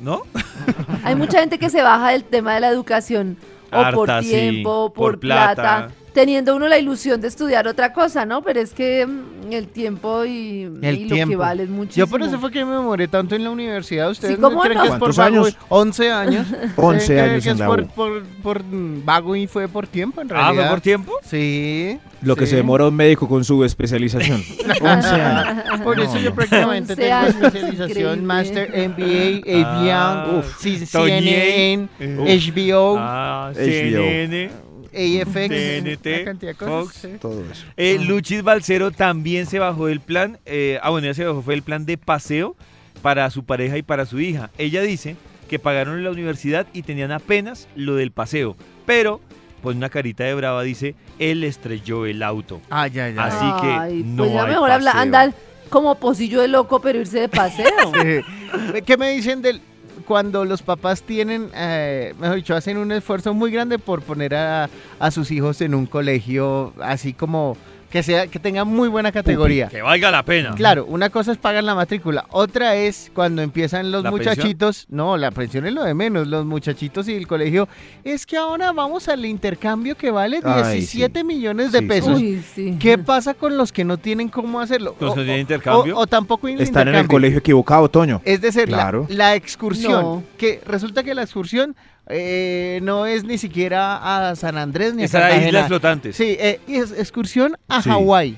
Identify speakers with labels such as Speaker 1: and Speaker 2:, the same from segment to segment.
Speaker 1: ¿No?
Speaker 2: Hay mucha gente que se baja del tema de la educación o
Speaker 1: Harta,
Speaker 2: por
Speaker 1: sí,
Speaker 2: tiempo, por,
Speaker 1: por
Speaker 2: plata.
Speaker 1: plata.
Speaker 2: teniendo uno la ilusión de estudiar otra cosa, ¿no? Pero es que mm, el tiempo y,
Speaker 3: El
Speaker 2: y lo que
Speaker 3: tiempo.
Speaker 2: vale es muchísimo.
Speaker 3: Yo por eso fue que me demoré tanto en la universidad. ¿Ustedes
Speaker 2: Sí, ¿cómo
Speaker 3: no creen
Speaker 2: no?
Speaker 3: que es por
Speaker 4: ¿Cuántos
Speaker 3: vago?
Speaker 4: años?
Speaker 3: 11 años. ¿Ustedes
Speaker 4: 11
Speaker 3: creen
Speaker 4: años
Speaker 3: que
Speaker 4: en
Speaker 3: es
Speaker 4: la
Speaker 3: por,
Speaker 4: U.
Speaker 3: por, por, mm, vago y fue por tiempo, en
Speaker 1: Ah,
Speaker 3: realidad.
Speaker 1: ¿fue por tiempo?
Speaker 3: Sí.
Speaker 4: Lo que
Speaker 3: sí.
Speaker 4: se demora un médico con su especialización. 11
Speaker 1: Ah.
Speaker 4: años.
Speaker 3: Por eso
Speaker 4: No,
Speaker 3: yo
Speaker 4: no.
Speaker 3: prácticamente
Speaker 2: 11
Speaker 3: tengo
Speaker 2: años, increíble.
Speaker 3: especialización, Master, MBA, ABM,
Speaker 1: Ah,
Speaker 3: CNN,
Speaker 1: Toñé.
Speaker 3: HBO,
Speaker 1: Ah,
Speaker 4: HBO.
Speaker 1: CNN.
Speaker 3: AFX,
Speaker 1: TNT,
Speaker 3: una cantidad de cosas.
Speaker 1: Fox.
Speaker 3: sí.
Speaker 4: Todo eso.
Speaker 1: Eh,
Speaker 3: Ah.
Speaker 1: Luchis Balcero también se bajó del plan. eh, ah, bueno, ya se bajó, fue el plan de paseo para su pareja y para su hija. Ella dice que pagaron la universidad y tenían apenas lo del paseo. Pero, pues una carita de brava dice, él estrelló el auto.
Speaker 3: Ah, ya, ya.
Speaker 1: Así que no
Speaker 2: pues ya
Speaker 1: hay
Speaker 2: mejor habla-
Speaker 1: paseo.
Speaker 2: andar como pocillo de loco, pero irse de paseo.
Speaker 3: Sí. ¿Qué me dicen del cuando los papás tienen, eh, mejor dicho, hacen un esfuerzo muy grande por poner a, a sus hijos en un colegio así como que sea que tenga muy buena categoría?
Speaker 1: Que valga la pena.
Speaker 3: Claro, una cosa es pagar la matrícula, otra es cuando empiezan los
Speaker 1: ¿La pensión?
Speaker 3: muchachitos, no, la pensión es lo de menos, los muchachitos y el colegio, es que ahora vamos al intercambio que vale
Speaker 4: Ay,
Speaker 3: 17 millones de
Speaker 4: Sí, sí.
Speaker 3: pesos.
Speaker 2: Uy, sí.
Speaker 3: ¿Qué pasa con los que no tienen cómo hacerlo?
Speaker 1: Los que no
Speaker 3: O-
Speaker 1: tienen
Speaker 3: o-
Speaker 1: intercambio.
Speaker 3: O, o tampoco tienen
Speaker 4: Están en el
Speaker 3: intercambio.
Speaker 4: colegio equivocado, Toño.
Speaker 3: Es decir, la-
Speaker 4: Claro.
Speaker 3: la, excursión.
Speaker 2: No.
Speaker 3: Que resulta que la excursión eh, no es ni siquiera a San Andrés ni a
Speaker 1: Esas
Speaker 3: Cartagena.
Speaker 1: islas flotantes.
Speaker 3: Sí, eh, y es excursión a
Speaker 4: Sí.
Speaker 3: Hawái.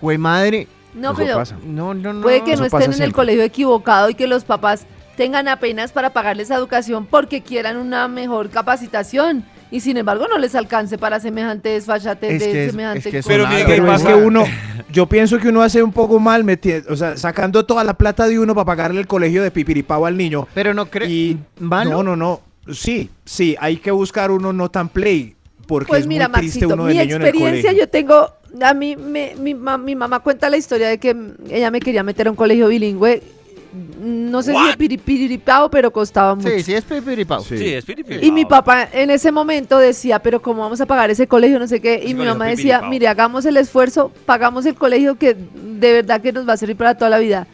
Speaker 3: Jue madre.
Speaker 2: No,
Speaker 4: Eso
Speaker 2: pero
Speaker 4: pasa.
Speaker 3: No, no, no.
Speaker 2: puede que
Speaker 4: Eso
Speaker 2: no
Speaker 4: pasa
Speaker 2: estén en el
Speaker 4: siempre.
Speaker 2: colegio equivocado y que los papás tengan apenas para pagarles educación porque quieran una mejor capacitación y sin embargo no les alcance para semejante desfachatez
Speaker 3: Es
Speaker 2: de
Speaker 3: que es-
Speaker 2: semejante
Speaker 3: es que es
Speaker 1: Pero
Speaker 2: cosa.
Speaker 1: mire
Speaker 4: Pero
Speaker 1: ¿Qué
Speaker 4: es
Speaker 1: pasa?
Speaker 4: que uno, yo pienso que uno hace un poco mal, meti- o sea, sacando toda la plata de uno para pagarle el colegio de pipiripao al niño.
Speaker 3: Pero no creo.
Speaker 4: Y
Speaker 3: ¿Malo?
Speaker 4: no, no, no. Sí, sí, hay que buscar uno no tan play, porque
Speaker 2: Pues
Speaker 4: es
Speaker 2: mira,
Speaker 4: muy triste
Speaker 2: Maxito,
Speaker 4: uno de
Speaker 2: mi
Speaker 4: niño en el
Speaker 2: experiencia,
Speaker 4: colegio.
Speaker 2: yo tengo, a mí, me- mi, ma- mi mamá cuenta la historia de que mm, ella me quería meter a un colegio bilingüe, no sé si de piri- piriripao, pero costaba mucho.
Speaker 3: Sí, sí, es pipiripao.
Speaker 4: Sí.
Speaker 1: Sí, es Ah, piripiri.
Speaker 2: Y mi papá en ese momento decía, pero ¿cómo vamos a pagar ese colegio? No sé qué.
Speaker 1: Ese
Speaker 2: Y mi
Speaker 1: colegio
Speaker 2: mamá
Speaker 1: es
Speaker 2: decía,
Speaker 1: pipiripao.
Speaker 2: mire, hagamos el esfuerzo, pagamos el colegio que de verdad que nos va a servir para toda la vida.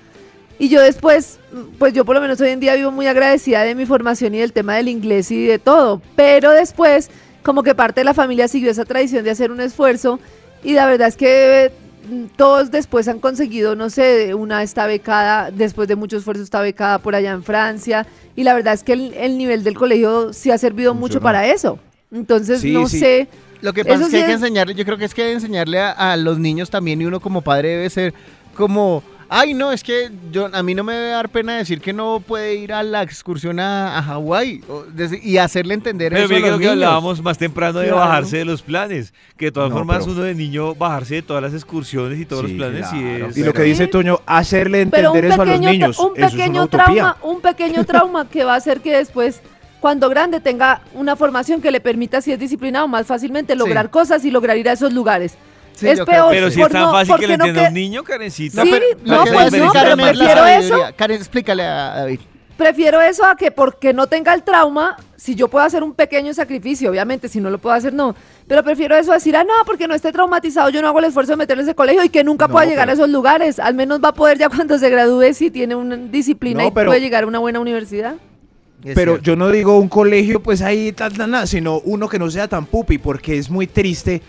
Speaker 2: Y yo después, pues yo por lo menos hoy en día vivo muy agradecida de mi formación y del tema del inglés y de todo. Pero después, como que parte de la familia siguió esa tradición de hacer un esfuerzo y la verdad es que mm, todos después han conseguido, no sé, una está becada, después de mucho esfuerzo está becada por allá en Francia. Y la verdad es que el, el nivel del colegio sí ha servido mucho
Speaker 4: Funcionó.
Speaker 2: para eso. Entonces,
Speaker 4: Sí,
Speaker 2: no
Speaker 4: sí.
Speaker 2: sé.
Speaker 3: Lo que pasa
Speaker 2: Eso
Speaker 3: es que
Speaker 2: sí
Speaker 3: hay que
Speaker 2: es-
Speaker 3: enseñarle, yo creo que es que hay que enseñarle a, a los niños también y uno como padre debe ser como, ay no, es que yo a mí no me debe dar pena decir que no puede ir a la excursión a, a Hawái o deci- y hacerle entender
Speaker 1: Pero
Speaker 3: eso a
Speaker 1: mira que lo
Speaker 3: los
Speaker 1: que
Speaker 3: niños.
Speaker 1: hablábamos más temprano de
Speaker 2: Claro.
Speaker 1: bajarse de los planes. Que de todas
Speaker 4: No,
Speaker 1: formas
Speaker 4: pero-
Speaker 1: uno de niño bajarse de todas las excursiones y todos
Speaker 4: Sí,
Speaker 1: los planes
Speaker 4: claro.
Speaker 1: y es...
Speaker 4: Y lo que dice Toño, hacerle
Speaker 2: Pero un
Speaker 4: entender eso a los
Speaker 2: pequeño,
Speaker 4: niños,
Speaker 2: tra- un
Speaker 4: eso es una
Speaker 2: pequeño
Speaker 4: utopía.
Speaker 2: trauma, un pequeño trauma que va a hacer que después, cuando grande, tenga una formación que le permita, si es disciplinado, más fácilmente lograr cosas y lograr ir a esos lugares.
Speaker 3: Sí,
Speaker 2: es
Speaker 3: yo creo
Speaker 2: peor.
Speaker 3: que
Speaker 1: Pero
Speaker 3: sí.
Speaker 1: si es
Speaker 2: Pues, por
Speaker 1: tan
Speaker 2: no-
Speaker 1: fácil que
Speaker 2: porque
Speaker 1: le
Speaker 2: no
Speaker 1: entienda
Speaker 2: que-
Speaker 1: un niño, Karencita.
Speaker 2: Sí,
Speaker 1: pero-
Speaker 2: no,
Speaker 1: la
Speaker 3: que
Speaker 2: pues
Speaker 3: puede
Speaker 2: no,
Speaker 3: explicar
Speaker 2: pero
Speaker 3: más la
Speaker 2: prefiero eso.
Speaker 3: sabiduría. Karen, explícale a David.
Speaker 2: Prefiero eso a que porque no tenga el trauma, si yo puedo hacer un pequeño sacrificio, obviamente, si no lo puedo hacer, no. Pero prefiero eso a decir, ah, no, porque no esté traumatizado, yo no hago el esfuerzo de meterle ese colegio y que nunca
Speaker 4: No,
Speaker 2: pueda llegar a
Speaker 4: pero-
Speaker 2: esos lugares. Al menos va a poder ya cuando se gradúe si tiene una disciplina
Speaker 4: No,
Speaker 2: y
Speaker 4: pero-
Speaker 2: puede llegar a una buena universidad.
Speaker 4: Pero yo no digo un colegio, pues ahí tal, tal, nada, sino uno que no sea tan pupi, porque es muy triste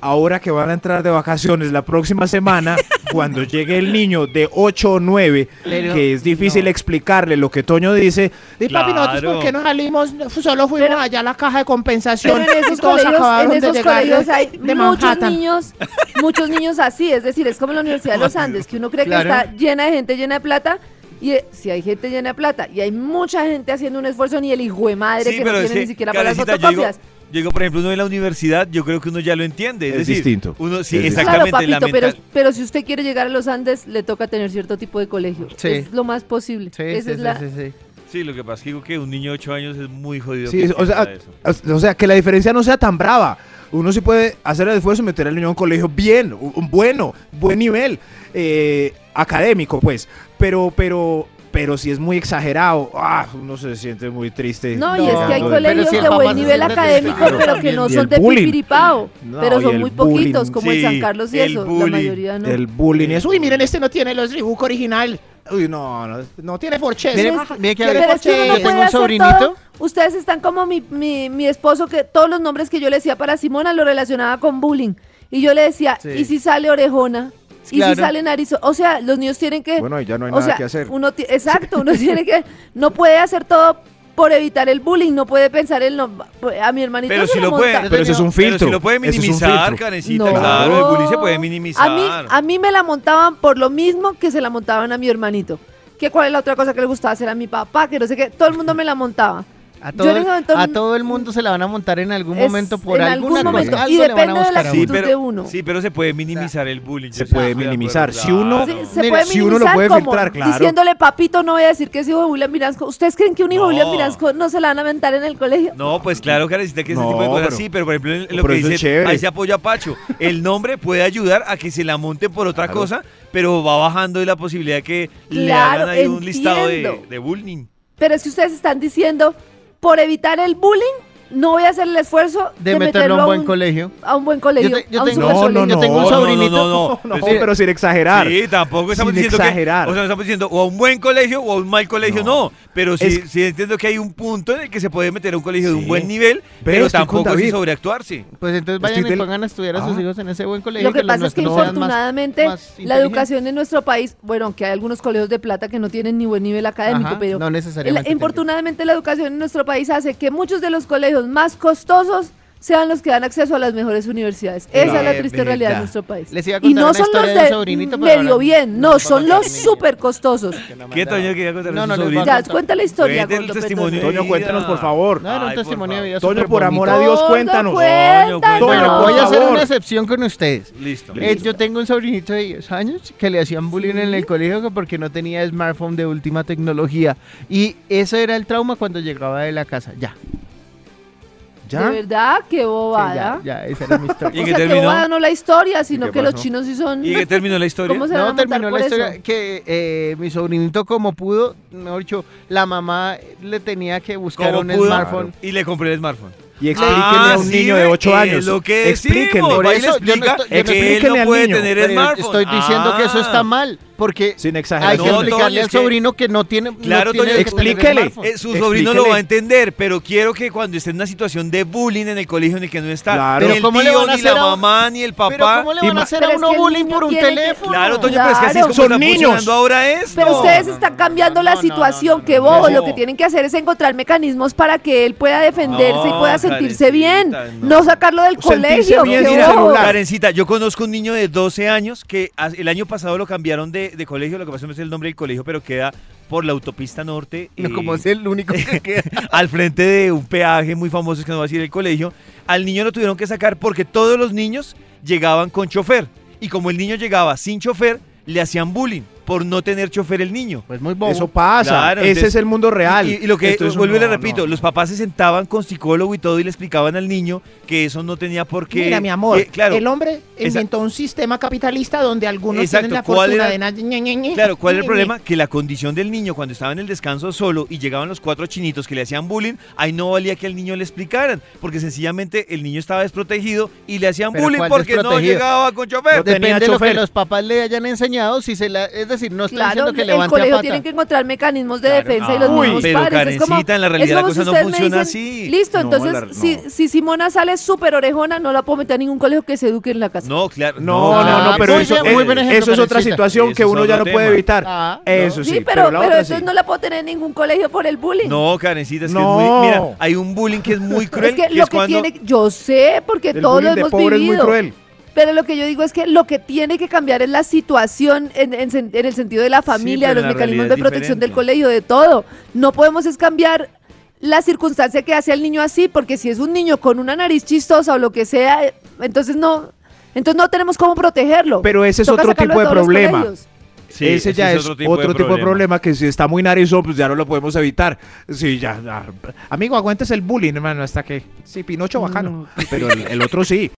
Speaker 4: ahora que van a entrar de vacaciones la próxima semana, cuando llegue el niño de 8 o 9,
Speaker 3: Pero-
Speaker 4: que es difícil
Speaker 3: no.
Speaker 4: explicarle lo que Toño dice. Y papi,
Speaker 1: Claro.
Speaker 4: nosotros, ¿por qué no salimos? Solo fuimos
Speaker 2: Pero-
Speaker 4: allá a la caja de
Speaker 2: Pero
Speaker 4: compensación.
Speaker 2: en esos
Speaker 4: y todos
Speaker 2: colegios, en
Speaker 4: acabaron de
Speaker 2: esos
Speaker 4: llegar de-
Speaker 2: colegios hay
Speaker 4: de
Speaker 2: muchos
Speaker 4: Manhattan.
Speaker 2: niños, muchos niños así, es decir, es como la Universidad de los Andes, que uno cree
Speaker 3: Claro.
Speaker 2: que está llena de gente llena de plata. Y eh, si hay gente llena de plata y hay mucha gente haciendo un esfuerzo, ni el hijo de madre
Speaker 1: Sí,
Speaker 2: que no
Speaker 1: pero
Speaker 2: tiene
Speaker 1: es
Speaker 2: ni
Speaker 1: que,
Speaker 2: siquiera para las
Speaker 1: Karencita, yo digo-
Speaker 2: fotocopias.
Speaker 1: Yo digo, por ejemplo, uno en la universidad, yo creo que uno ya lo entiende. Es,
Speaker 4: Es
Speaker 1: decir,
Speaker 4: distinto.
Speaker 1: Uno, sí,
Speaker 4: Es distinto.
Speaker 1: exactamente.
Speaker 2: claro,
Speaker 1: la
Speaker 2: papito, pero,
Speaker 1: mental-
Speaker 2: pero si usted quiere llegar a los Andes, le toca tener cierto tipo de colegio.
Speaker 3: Sí.
Speaker 2: Es lo más posible.
Speaker 3: Sí,
Speaker 2: Esa
Speaker 3: sí,
Speaker 2: es
Speaker 3: sí,
Speaker 2: la-
Speaker 3: sí, sí.
Speaker 1: Sí, lo que pasa es que digo que un niño de 8 años es muy jodido.
Speaker 4: Sí,
Speaker 1: que
Speaker 4: es- o sea,
Speaker 1: entienda eso.
Speaker 4: o sea, que la diferencia no sea tan brava. Uno sí puede hacer el esfuerzo y meter al niño a un colegio bien, un- un bueno, buen nivel eh, académico, pues. Pero, pero, pero si es muy exagerado, ah, uno se siente muy triste.
Speaker 2: No, y
Speaker 3: No,
Speaker 2: es que hay
Speaker 3: pero
Speaker 2: colegios
Speaker 3: si el
Speaker 2: de
Speaker 3: papá
Speaker 2: buen
Speaker 3: se
Speaker 2: nivel
Speaker 3: siente
Speaker 2: académico,
Speaker 3: triste,
Speaker 2: pero que no
Speaker 3: claro,
Speaker 4: y el
Speaker 2: son de
Speaker 4: bullying.
Speaker 2: pipiripao.
Speaker 4: No,
Speaker 2: pero
Speaker 4: y
Speaker 2: son
Speaker 4: el
Speaker 2: muy poquitos,
Speaker 4: bullying.
Speaker 2: como en
Speaker 1: Sí,
Speaker 2: San Carlos y
Speaker 1: el
Speaker 2: eso. La
Speaker 1: bullying,
Speaker 2: mayoría no.
Speaker 4: este". El bullying es, uy, miren, este no tiene los dibujo original. Uy, no, no, no tiene porche.
Speaker 3: Mire,
Speaker 2: Pero-
Speaker 3: mire que
Speaker 4: pero
Speaker 3: ahorita
Speaker 4: es que uno no
Speaker 3: tengo
Speaker 2: puede
Speaker 3: un
Speaker 2: hacer
Speaker 3: sobrinito.
Speaker 2: todo. Ustedes están como mi, mi, mi esposo, que todos los nombres que yo le decía para Simona lo relacionaba con bullying. Y yo le decía,
Speaker 3: Sí.
Speaker 2: ¿y si sale orejona? ¿Y
Speaker 3: Claro.
Speaker 2: si sale nariz? O sea, los niños tienen que...
Speaker 4: Bueno, ahí ya no hay
Speaker 2: o
Speaker 4: nada
Speaker 2: sea,
Speaker 4: que hacer.
Speaker 2: Uno ti- exacto, uno tiene que... No puede hacer todo por evitar el bullying, no puede pensar en... lo- a mi hermanito
Speaker 1: Pero
Speaker 2: se
Speaker 1: si lo
Speaker 2: monta-
Speaker 1: puede-
Speaker 4: Pero eso es un
Speaker 1: Pero
Speaker 4: filtro.
Speaker 1: si lo puede
Speaker 4: eso es un
Speaker 1: minimizar,
Speaker 4: filtro.
Speaker 1: Karencita,
Speaker 2: No.
Speaker 1: claro, el bullying se puede minimizar.
Speaker 2: A mí, a mí me la montaban por lo mismo que se la montaban a mi hermanito. Que cuál es la otra cosa que le gustaba hacer a mi papá, que no sé qué. Todo el mundo me la montaba.
Speaker 3: A
Speaker 2: Yo
Speaker 3: todo,
Speaker 2: en ese momento-
Speaker 3: a todo el mundo se la van a montar en algún
Speaker 2: Es-
Speaker 3: momento por
Speaker 2: en
Speaker 3: alguna
Speaker 2: algún
Speaker 3: cosa.
Speaker 4: momento.
Speaker 2: Y
Speaker 3: Algo le van a
Speaker 2: depende de la
Speaker 3: buscar a
Speaker 1: sí,
Speaker 3: uno.
Speaker 2: actitud. de
Speaker 1: pero,
Speaker 2: uno.
Speaker 1: sí, pero se puede minimizar el bullying.
Speaker 4: Se
Speaker 1: yo sí
Speaker 4: puede
Speaker 1: estoy de
Speaker 4: minimizar.
Speaker 1: acuerdo,
Speaker 4: Si uno-
Speaker 2: Sí,
Speaker 1: claro.
Speaker 2: se
Speaker 4: Mira,
Speaker 2: puede
Speaker 4: si uno lo
Speaker 2: minimizar
Speaker 4: puede
Speaker 2: como
Speaker 4: filtrar, claro.
Speaker 2: diciéndole papito no voy a decir que es hijo de Julián Mirasco. ¿Ustedes creen que un hijo de
Speaker 1: No.
Speaker 2: Julián Mirasco no se la van a mentar en el colegio?
Speaker 1: No, pues claro, Karencita, que ese
Speaker 4: No,
Speaker 1: tipo de cosas
Speaker 4: pero-
Speaker 1: sí, pero por ejemplo, en lo
Speaker 4: pero
Speaker 1: que
Speaker 4: eso es
Speaker 1: dice,
Speaker 4: chévere.
Speaker 1: ahí se apoya a Pacho. El nombre puede ayudar a que se la monte por otra
Speaker 4: Claro.
Speaker 1: cosa, pero va bajando de la posibilidad que le
Speaker 2: Claro,
Speaker 1: hagan ahí un listado
Speaker 2: entiendo.
Speaker 1: de, de bullying.
Speaker 2: Pero es que ustedes están diciendo, por evitar el bullying, no voy a hacer el esfuerzo
Speaker 3: De meterlo a un buen
Speaker 2: colegio.
Speaker 3: colegio.
Speaker 2: a un buen colegio.
Speaker 3: Yo te- yo
Speaker 2: a un
Speaker 3: tengo-
Speaker 2: supercolegio.
Speaker 4: No, no,
Speaker 3: yo tengo un
Speaker 4: no, no,
Speaker 3: sobrinito.
Speaker 1: no, no,
Speaker 4: No,
Speaker 1: no.
Speaker 3: Pero-
Speaker 4: pero sin exagerar.
Speaker 1: Sí, tampoco estamos
Speaker 4: Sin
Speaker 1: diciendo
Speaker 4: exagerar.
Speaker 1: que o sea, no estamos diciendo o a un buen colegio o a un mal colegio, no,
Speaker 4: No.
Speaker 1: pero sí,
Speaker 4: Es-
Speaker 1: sí entiendo que hay un punto en el que se puede meter a un colegio de un
Speaker 4: Sí.
Speaker 1: buen nivel,
Speaker 4: Ve,
Speaker 1: pero
Speaker 4: estoy con
Speaker 1: tampoco sin
Speaker 4: David.
Speaker 1: sobreactuarse.
Speaker 3: Pues entonces
Speaker 4: Estoy
Speaker 3: vayan y
Speaker 4: del-
Speaker 3: pongan a estudiar a sus
Speaker 4: Ah.
Speaker 3: hijos en ese buen colegio.
Speaker 2: Lo que
Speaker 3: los
Speaker 2: pasa es que
Speaker 3: nuestros sean más-
Speaker 2: infortunadamente
Speaker 3: más
Speaker 2: la
Speaker 3: inteligentes.
Speaker 2: educación en nuestro país, bueno, aunque hay algunos colegios de plata que no tienen ni buen nivel académico,
Speaker 3: Ajá,
Speaker 2: pero
Speaker 3: no
Speaker 2: el-
Speaker 3: necesariamente.
Speaker 2: infortunadamente la educación en nuestro país hace que muchos de los colegios más costosos sean los que dan acceso a las mejores universidades. Esa es la
Speaker 3: Eh,
Speaker 2: triste realidad de
Speaker 3: verdad.
Speaker 2: nuestro país.
Speaker 3: Les iba a
Speaker 2: Y
Speaker 3: contar
Speaker 2: no
Speaker 3: una
Speaker 2: son
Speaker 3: historia
Speaker 2: los
Speaker 3: de un
Speaker 2: de
Speaker 3: sobrinito, pero
Speaker 2: medio
Speaker 3: ahora
Speaker 2: bien,
Speaker 3: nos
Speaker 2: no,
Speaker 3: vamos
Speaker 2: son
Speaker 3: a
Speaker 2: los
Speaker 3: Caribe.
Speaker 2: súper costosos.
Speaker 3: inteligentes.
Speaker 1: ¿Qué Toño quería contar
Speaker 3: No,
Speaker 1: a
Speaker 3: no,
Speaker 1: su
Speaker 3: les voy a
Speaker 1: sobrino?
Speaker 2: Ya,
Speaker 3: contar.
Speaker 2: cuenta la historia.
Speaker 1: Cuente el
Speaker 2: gordo,
Speaker 1: testimonio
Speaker 2: perdón.
Speaker 1: de
Speaker 4: Toño, cuéntanos, por favor.
Speaker 3: No, era un
Speaker 1: Ay, por
Speaker 3: testimonio de
Speaker 1: favor.
Speaker 3: vida
Speaker 4: Toño,
Speaker 3: súper
Speaker 4: por amor a
Speaker 3: bonito.
Speaker 4: Dios,
Speaker 2: Gordo,
Speaker 4: cuéntanos.
Speaker 1: Toño,
Speaker 2: cuéntanos.
Speaker 3: Bueno,
Speaker 4: Toño,
Speaker 3: voy a hacer
Speaker 4: favor.
Speaker 3: una excepción con ustedes.
Speaker 1: Listo.
Speaker 3: Eh, yo tengo un sobrinito de 10 años que le hacían bullying en el colegio que porque no tenía smartphone de última tecnología. Y ese era el trauma cuando llegaba de la casa. Ya.
Speaker 4: ¿Ya?
Speaker 2: De verdad, qué
Speaker 3: Sí,
Speaker 2: bobada.
Speaker 3: ya, ya, esa era mi historia.
Speaker 1: ¿Y
Speaker 2: O
Speaker 1: qué
Speaker 2: sea, qué
Speaker 1: terminó?
Speaker 2: bobada no la historia, sino
Speaker 4: qué
Speaker 2: que los
Speaker 4: pasó?
Speaker 2: chinos sí son...
Speaker 1: ¿Y que terminó la historia?
Speaker 2: ¿Cómo se van a
Speaker 3: No,
Speaker 2: montar
Speaker 3: terminó
Speaker 2: por
Speaker 3: la historia
Speaker 2: eso?
Speaker 3: que eh, mi sobrinito como pudo, mejor dicho, la mamá le tenía que buscar
Speaker 1: ¿Cómo
Speaker 3: un
Speaker 1: pudo?
Speaker 3: smartphone.
Speaker 1: Y le compré el smartphone.
Speaker 4: Y explíquenle a un niño de 8 años.
Speaker 1: Es lo Ah, que
Speaker 4: explíquenle.
Speaker 1: decimos.
Speaker 3: Por
Speaker 1: Vaya y le
Speaker 3: eso yo no
Speaker 1: explica
Speaker 3: estoy- yo no
Speaker 1: que él
Speaker 4: explíquenle
Speaker 1: no
Speaker 4: al
Speaker 1: puede
Speaker 4: niño.
Speaker 1: tener
Speaker 3: Pero
Speaker 1: smartphone.
Speaker 3: estoy diciendo que eso está
Speaker 1: Ah.
Speaker 3: mal, porque
Speaker 4: Sin
Speaker 3: hay
Speaker 4: exageración.
Speaker 3: que
Speaker 1: No,
Speaker 3: explicarle
Speaker 1: Toño, es
Speaker 3: al
Speaker 1: que-
Speaker 3: sobrino que no tiene, no
Speaker 1: Claro,
Speaker 3: tiene
Speaker 1: Toño,
Speaker 3: que tener
Speaker 4: explíquele.
Speaker 3: smartphone.
Speaker 1: Eh, su sobrino lo
Speaker 4: Explíquele.
Speaker 1: va a entender, pero quiero que cuando esté en una situación de bullying en el colegio en el que no está,
Speaker 4: Claro.
Speaker 1: ni
Speaker 4: Pero
Speaker 1: el
Speaker 3: ¿cómo le
Speaker 1: tío,
Speaker 3: van a
Speaker 1: ni la
Speaker 3: hacer a un-
Speaker 1: mamá, ni el
Speaker 3: Pero
Speaker 1: papá.
Speaker 3: ¿cómo le van
Speaker 4: Ima-
Speaker 3: a hacer
Speaker 2: Pero
Speaker 3: a
Speaker 2: es
Speaker 3: uno
Speaker 2: que el
Speaker 3: bullying
Speaker 2: niño
Speaker 3: por un
Speaker 2: tiene que-
Speaker 3: teléfono?
Speaker 1: Claro, Toño, pero es que así es
Speaker 2: Claro.
Speaker 1: como
Speaker 4: Son
Speaker 1: está
Speaker 4: niños.
Speaker 1: funcionando ahora esto.
Speaker 2: Pero
Speaker 3: No,
Speaker 2: ustedes
Speaker 3: no,
Speaker 2: están
Speaker 3: no,
Speaker 2: cambiando
Speaker 3: no,
Speaker 2: la
Speaker 3: no,
Speaker 2: situación,
Speaker 3: no,
Speaker 2: qué
Speaker 3: no,
Speaker 2: bobo.
Speaker 1: no.
Speaker 2: Lo que tienen que hacer es encontrar mecanismos para que él pueda defenderse y
Speaker 1: No,
Speaker 2: pueda sentirse bien.
Speaker 1: Karencita, no.
Speaker 2: No sacarlo del
Speaker 4: Sentirse
Speaker 2: colegio,
Speaker 4: bien
Speaker 2: qué
Speaker 4: sin
Speaker 2: bobo.
Speaker 4: celular.
Speaker 1: Karencita, yo conozco un niño de 12 años que a- el año pasado lo cambiaron de, de colegio, lo que pasa no es el nombre del colegio, pero queda por la autopista norte. eh,
Speaker 3: No, como es el único que queda.
Speaker 1: al frente de un peaje muy famoso es que no va a decir el colegio, al niño lo tuvieron que sacar porque todos los niños llegaban con chofer. Y como el niño llegaba sin chofer, le hacían bullying por no tener chofer el niño.
Speaker 3: Pues muy bobo.
Speaker 4: Eso pasa.
Speaker 1: Claro,
Speaker 4: Ese
Speaker 1: entonces-
Speaker 4: es el mundo real.
Speaker 1: Y, y lo que
Speaker 4: Esto es un-
Speaker 1: vuelvo y le
Speaker 4: no, no.
Speaker 1: repito, los papás se sentaban con psicólogo y todo y le explicaban al niño que eso no tenía por qué.
Speaker 5: Mira, mi amor,
Speaker 1: Eh, claro,
Speaker 5: el hombre
Speaker 1: Esa-
Speaker 5: inventó un sistema capitalista donde algunos
Speaker 1: Exacto,
Speaker 5: tienen la
Speaker 1: ¿cuál
Speaker 5: fortuna
Speaker 1: era-
Speaker 5: de... na- ñe, ñe,
Speaker 2: Eh,
Speaker 5: ñe,
Speaker 1: Claro, ¿cuál es el
Speaker 5: ñe,
Speaker 1: problema? Que la condición del niño cuando estaba en el descanso solo y llegaban los cuatro chinitos que le hacían bullying, ahí no valía que el niño le explicaran, porque sencillamente el niño estaba desprotegido y le hacían
Speaker 3: Pero
Speaker 1: bullying
Speaker 3: ¿cuál
Speaker 1: porque no
Speaker 3: desprotegido?
Speaker 1: llegaba con chofer.
Speaker 4: tenía
Speaker 3: Depende de lo que
Speaker 4: chofer.
Speaker 3: los papás le hayan enseñado, si se la, es decir, no estoy
Speaker 2: Claro,
Speaker 3: diciendo que
Speaker 2: el
Speaker 3: levante
Speaker 2: colegio
Speaker 3: a pata.
Speaker 2: tiene que encontrar mecanismos de
Speaker 3: Claro.
Speaker 2: defensa y los
Speaker 4: Uy,
Speaker 2: mismos
Speaker 1: pero
Speaker 2: padres. Es como-
Speaker 1: Karencita, en la realidad
Speaker 2: es
Speaker 1: la
Speaker 2: como si
Speaker 1: cosa no
Speaker 2: ustedes me
Speaker 1: funciona así.
Speaker 2: Listo,
Speaker 4: No,
Speaker 2: entonces
Speaker 4: la-
Speaker 2: si,
Speaker 4: no.
Speaker 2: si Simona sale súper orejona, no la puedo meter a ningún colegio que se eduque en la casa.
Speaker 1: No, claro.
Speaker 4: No, no,
Speaker 3: Ah,
Speaker 4: no, pero
Speaker 3: muy
Speaker 4: eso,
Speaker 3: bien, muy
Speaker 4: eh,
Speaker 3: buen ejemplo,
Speaker 4: eso es otra
Speaker 3: Karencita.
Speaker 4: situación
Speaker 1: Eso
Speaker 4: que
Speaker 1: es
Speaker 4: uno
Speaker 1: otro
Speaker 4: ya no
Speaker 1: tema.
Speaker 4: puede evitar.
Speaker 3: Ah, no.
Speaker 4: Eso sí,
Speaker 2: pero,
Speaker 4: la
Speaker 2: pero
Speaker 4: otra
Speaker 2: entonces
Speaker 4: sí.
Speaker 2: no la puedo tener en ningún colegio por el bullying.
Speaker 1: No, Karencita, es que es
Speaker 4: No.
Speaker 1: muy. Mira, hay un bullying que es muy cruel.
Speaker 2: es que, lo
Speaker 1: es
Speaker 2: que
Speaker 1: cuando-
Speaker 2: tiene, yo sé, porque
Speaker 4: El
Speaker 2: todos lo
Speaker 4: bullying de
Speaker 2: hemos
Speaker 4: pobre es
Speaker 2: vivido.
Speaker 4: muy cruel.
Speaker 2: Pero lo que yo digo es que lo que tiene que cambiar es la situación en, en sen- en el sentido de la familia,
Speaker 1: pero
Speaker 2: de los
Speaker 1: la
Speaker 2: mecanismos
Speaker 1: realidad es
Speaker 2: de protección
Speaker 1: diferente.
Speaker 2: del colegio, de todo. No podemos es cambiar la circunstancia que hace al niño así, porque si es un niño con una nariz chistosa o lo que sea, eh, entonces no, entonces no tenemos cómo protegerlo.
Speaker 4: Pero ese es
Speaker 2: Toca
Speaker 4: otro
Speaker 2: sacarlo
Speaker 4: tipo de
Speaker 2: todos los
Speaker 4: problema.
Speaker 2: colegios.
Speaker 1: Sí,
Speaker 4: ese ya es otro tipo, de, problema. que si está muy narizón, pues ya no lo podemos evitar. Sí, ya. ya. Amigo, aguantes el bullying, hermano, hasta que. Sí, Pinocho bacano. Pero el, el otro sí.